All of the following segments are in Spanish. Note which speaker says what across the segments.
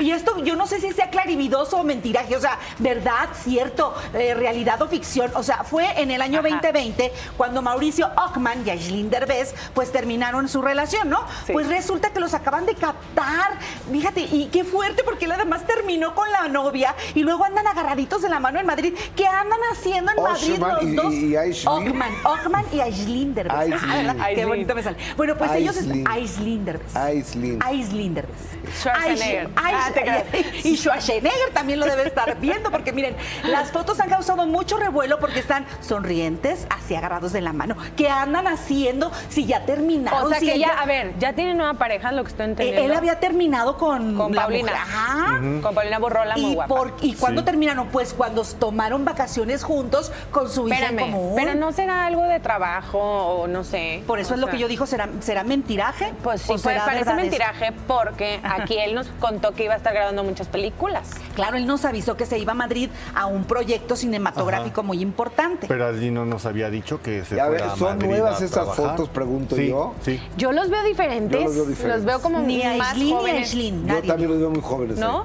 Speaker 1: y esto yo no sé si sea clarividoso o mentiraje, o sea, verdad, cierto, eh, realidad o ficción. O sea, fue en el año
Speaker 2: Ajá.
Speaker 1: 2020 cuando Mauricio Ockman y Aislinn Derbez pues terminaron su relación, ¿no?
Speaker 2: Sí.
Speaker 1: Pues resulta que los acaban de captar. Fíjate, y qué fuerte porque él además terminó con la novia y luego andan agarraditos de la mano en Madrid. ¿Qué andan haciendo en Madrid
Speaker 3: Ockman
Speaker 1: los
Speaker 3: Oh, y-
Speaker 1: dos?
Speaker 3: y Aislinn.
Speaker 1: Ockman, Ockman y Aislinn Derbez.
Speaker 3: Aislinn.
Speaker 1: Ah, ¿verdad? Qué
Speaker 2: Aislinn.
Speaker 1: bonito me sale. Bueno, pues ellos es
Speaker 3: Aislinn.
Speaker 1: Aislinn Derbez.
Speaker 3: Aislinn.
Speaker 1: Aislinn Derbez.
Speaker 2: Schwarzenegger.
Speaker 1: Aish- Aish-
Speaker 2: Ah, te creas.
Speaker 1: y Schwarzenegger también lo debe estar viendo, porque miren, las fotos han causado mucho revuelo porque están sonrientes, así agarrados de la mano. ¿Qué andan haciendo si ya terminaron?
Speaker 2: O sea
Speaker 1: Si
Speaker 2: que
Speaker 1: ella-
Speaker 2: ya, a ver, ya tiene nueva pareja, es lo que estoy
Speaker 1: Eh,
Speaker 2: entendiendo.
Speaker 1: Él había terminado con,
Speaker 2: Con
Speaker 1: la
Speaker 2: Paulina.
Speaker 1: mujer. Ajá.
Speaker 2: Con Paulina Borrola, muy
Speaker 1: ¿Y,
Speaker 2: guapa.
Speaker 1: por, ¿Y cuándo terminaron? Pues cuando tomaron vacaciones juntos con su hija en
Speaker 2: Espérame,
Speaker 1: común.
Speaker 2: pero no será algo de trabajo o no sé.
Speaker 1: Por eso
Speaker 2: O
Speaker 1: es lo
Speaker 2: sea,
Speaker 1: que yo digo, ¿será, será mentiraje?
Speaker 2: Pues sí,
Speaker 1: ¿O
Speaker 2: pues,
Speaker 1: será
Speaker 2: parece
Speaker 1: verdad esto?
Speaker 2: mentiraje porque aquí él nos contó que iba a estar grabando muchas películas.
Speaker 1: Claro, él nos avisó que se iba a Madrid a un proyecto cinematográfico muy importante.
Speaker 4: Pero allí no nos había dicho que se
Speaker 3: Ya
Speaker 4: fuera
Speaker 3: ves,
Speaker 4: a
Speaker 3: ¿son
Speaker 4: Madrid
Speaker 3: nuevas
Speaker 4: a
Speaker 3: esas
Speaker 4: trabajar.
Speaker 3: fotos? Pregunto
Speaker 4: Sí,
Speaker 3: yo.
Speaker 4: Sí.
Speaker 2: Yo los veo diferentes.
Speaker 3: Yo los veo diferentes.
Speaker 2: los veo como
Speaker 1: Ni a
Speaker 2: más
Speaker 1: Aislinn ni a
Speaker 2: jóvenes,
Speaker 1: Aislinn,
Speaker 3: Yo
Speaker 1: nadie.
Speaker 3: también los veo muy jóvenes. eh.
Speaker 2: ¿no? O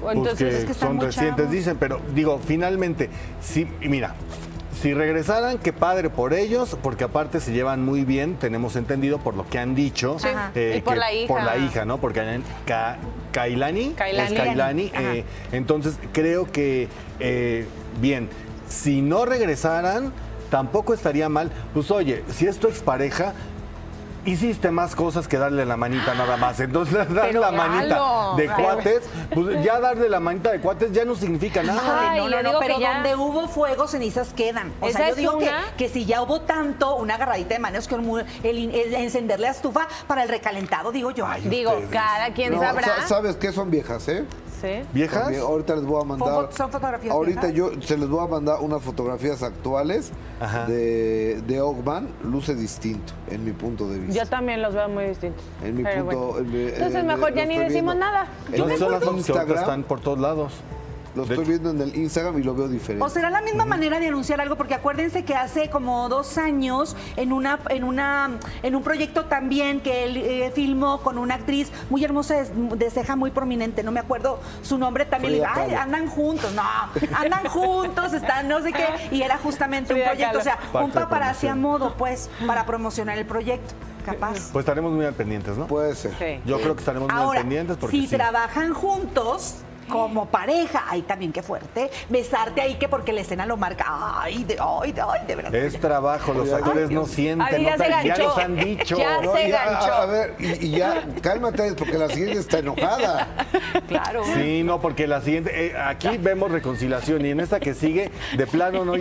Speaker 4: Pues
Speaker 2: Entonces,
Speaker 4: que
Speaker 1: es que están
Speaker 4: son
Speaker 1: muy
Speaker 4: recientes,
Speaker 1: chavos.
Speaker 4: dicen, pero digo, finalmente, sí, y mira, si regresaran, qué padre por ellos, porque aparte se llevan muy bien, tenemos entendido por lo que han dicho. eh,
Speaker 2: Sí. Y por
Speaker 4: que-
Speaker 2: la hija.
Speaker 4: Por la hija, ¿no? Porque en- Ka- Kailani,
Speaker 2: Kailani.
Speaker 4: es Kailani,
Speaker 1: Ajá.
Speaker 4: eh, entonces creo que, eh, bien, si no regresaran, tampoco estaría mal. Pues oye, si es tu expareja... Hiciste más cosas que darle la manita nada más. Entonces, darle
Speaker 2: Pero
Speaker 4: la manita
Speaker 2: Galo,
Speaker 4: de
Speaker 2: pero-
Speaker 4: cuate cuates, pues, ya darle la manita de cuates ya no significa nada.
Speaker 2: Ay,
Speaker 1: no,
Speaker 2: le
Speaker 1: no, no,
Speaker 2: digo
Speaker 1: pero
Speaker 2: que ya-
Speaker 1: donde hubo fuego, cenizas quedan. O
Speaker 2: Esa
Speaker 1: sea, yo
Speaker 2: es
Speaker 1: digo que,
Speaker 2: una.
Speaker 1: que si ya hubo tanto, una agarradita de manos con mu- el, in- el encender la estufa para el recalentado, digo yo.
Speaker 4: Ay,
Speaker 2: digo,
Speaker 4: ustedes.
Speaker 2: cada quien
Speaker 3: No,
Speaker 2: sabrá.
Speaker 3: sa- ¿Sabes qué son viejas, eh?
Speaker 2: Sí.
Speaker 4: ¿Viejas?
Speaker 3: También, ahorita les voy a mandar.
Speaker 1: fo- son fotografías
Speaker 3: Ahorita
Speaker 1: viejas?
Speaker 3: yo se les voy a mandar unas fotografías actuales
Speaker 4: Ajá.
Speaker 3: de, de Ogman. Luce distinto, en mi punto de vista.
Speaker 2: Yo también los veo muy distintos.
Speaker 3: En mi
Speaker 2: Pero
Speaker 3: punto.
Speaker 2: bueno.
Speaker 3: en mi-
Speaker 2: Entonces,
Speaker 3: en-
Speaker 2: mejor
Speaker 3: lo
Speaker 2: ya ni
Speaker 3: estoy
Speaker 2: decimos
Speaker 3: viendo.
Speaker 2: nada.
Speaker 3: En
Speaker 4: No,
Speaker 3: el
Speaker 4: son las fotos que ahorita
Speaker 3: Instagram,
Speaker 4: están por todos lados.
Speaker 3: Lo
Speaker 4: De
Speaker 3: estoy
Speaker 4: hecho-
Speaker 3: viendo en el Instagram y lo veo diferente.
Speaker 1: O será la misma manera de anunciar algo, porque acuérdense que hace como dos años, en una, en una, en un proyecto también que él eh, filmó con una actriz muy hermosa de, de ceja muy prominente, no me acuerdo su nombre también. le digo,
Speaker 3: Frida
Speaker 1: Ay,
Speaker 3: Kahlo.
Speaker 1: andan juntos, no, andan juntos, están no sé qué, y era justamente un
Speaker 2: Frida
Speaker 1: proyecto, o sea,
Speaker 4: Kahlo.
Speaker 1: un
Speaker 4: Parte de
Speaker 1: paparazzi a
Speaker 4: promoción.
Speaker 1: modo, pues, para promocionar el proyecto, capaz.
Speaker 4: Pues estaremos muy al pendientes,
Speaker 2: Pues,
Speaker 4: ¿no?
Speaker 3: Puede ser.
Speaker 2: Sí.
Speaker 4: Yo creo que estaremos muy
Speaker 1: Ahora,
Speaker 4: al pendientes porque
Speaker 1: si
Speaker 4: sí.
Speaker 1: trabajan juntos como pareja, ay también qué fuerte, besarte ahí que porque la escena lo marca, ay, de, ay, de, ay, de verdad.
Speaker 4: es trabajo, los actores no sienten,
Speaker 2: Ay, ya
Speaker 4: no
Speaker 2: se
Speaker 4: te- ya
Speaker 2: ganchó.
Speaker 4: nos han dicho.
Speaker 2: Ya
Speaker 3: No,
Speaker 2: se
Speaker 3: y a-
Speaker 2: ganchó.
Speaker 3: A, a ver, y, y ya, cálmate, porque la siguiente está enojada.
Speaker 1: claro.
Speaker 4: Sí, no, porque la siguiente, eh, aquí vemos reconciliación y en esta que sigue, de plano no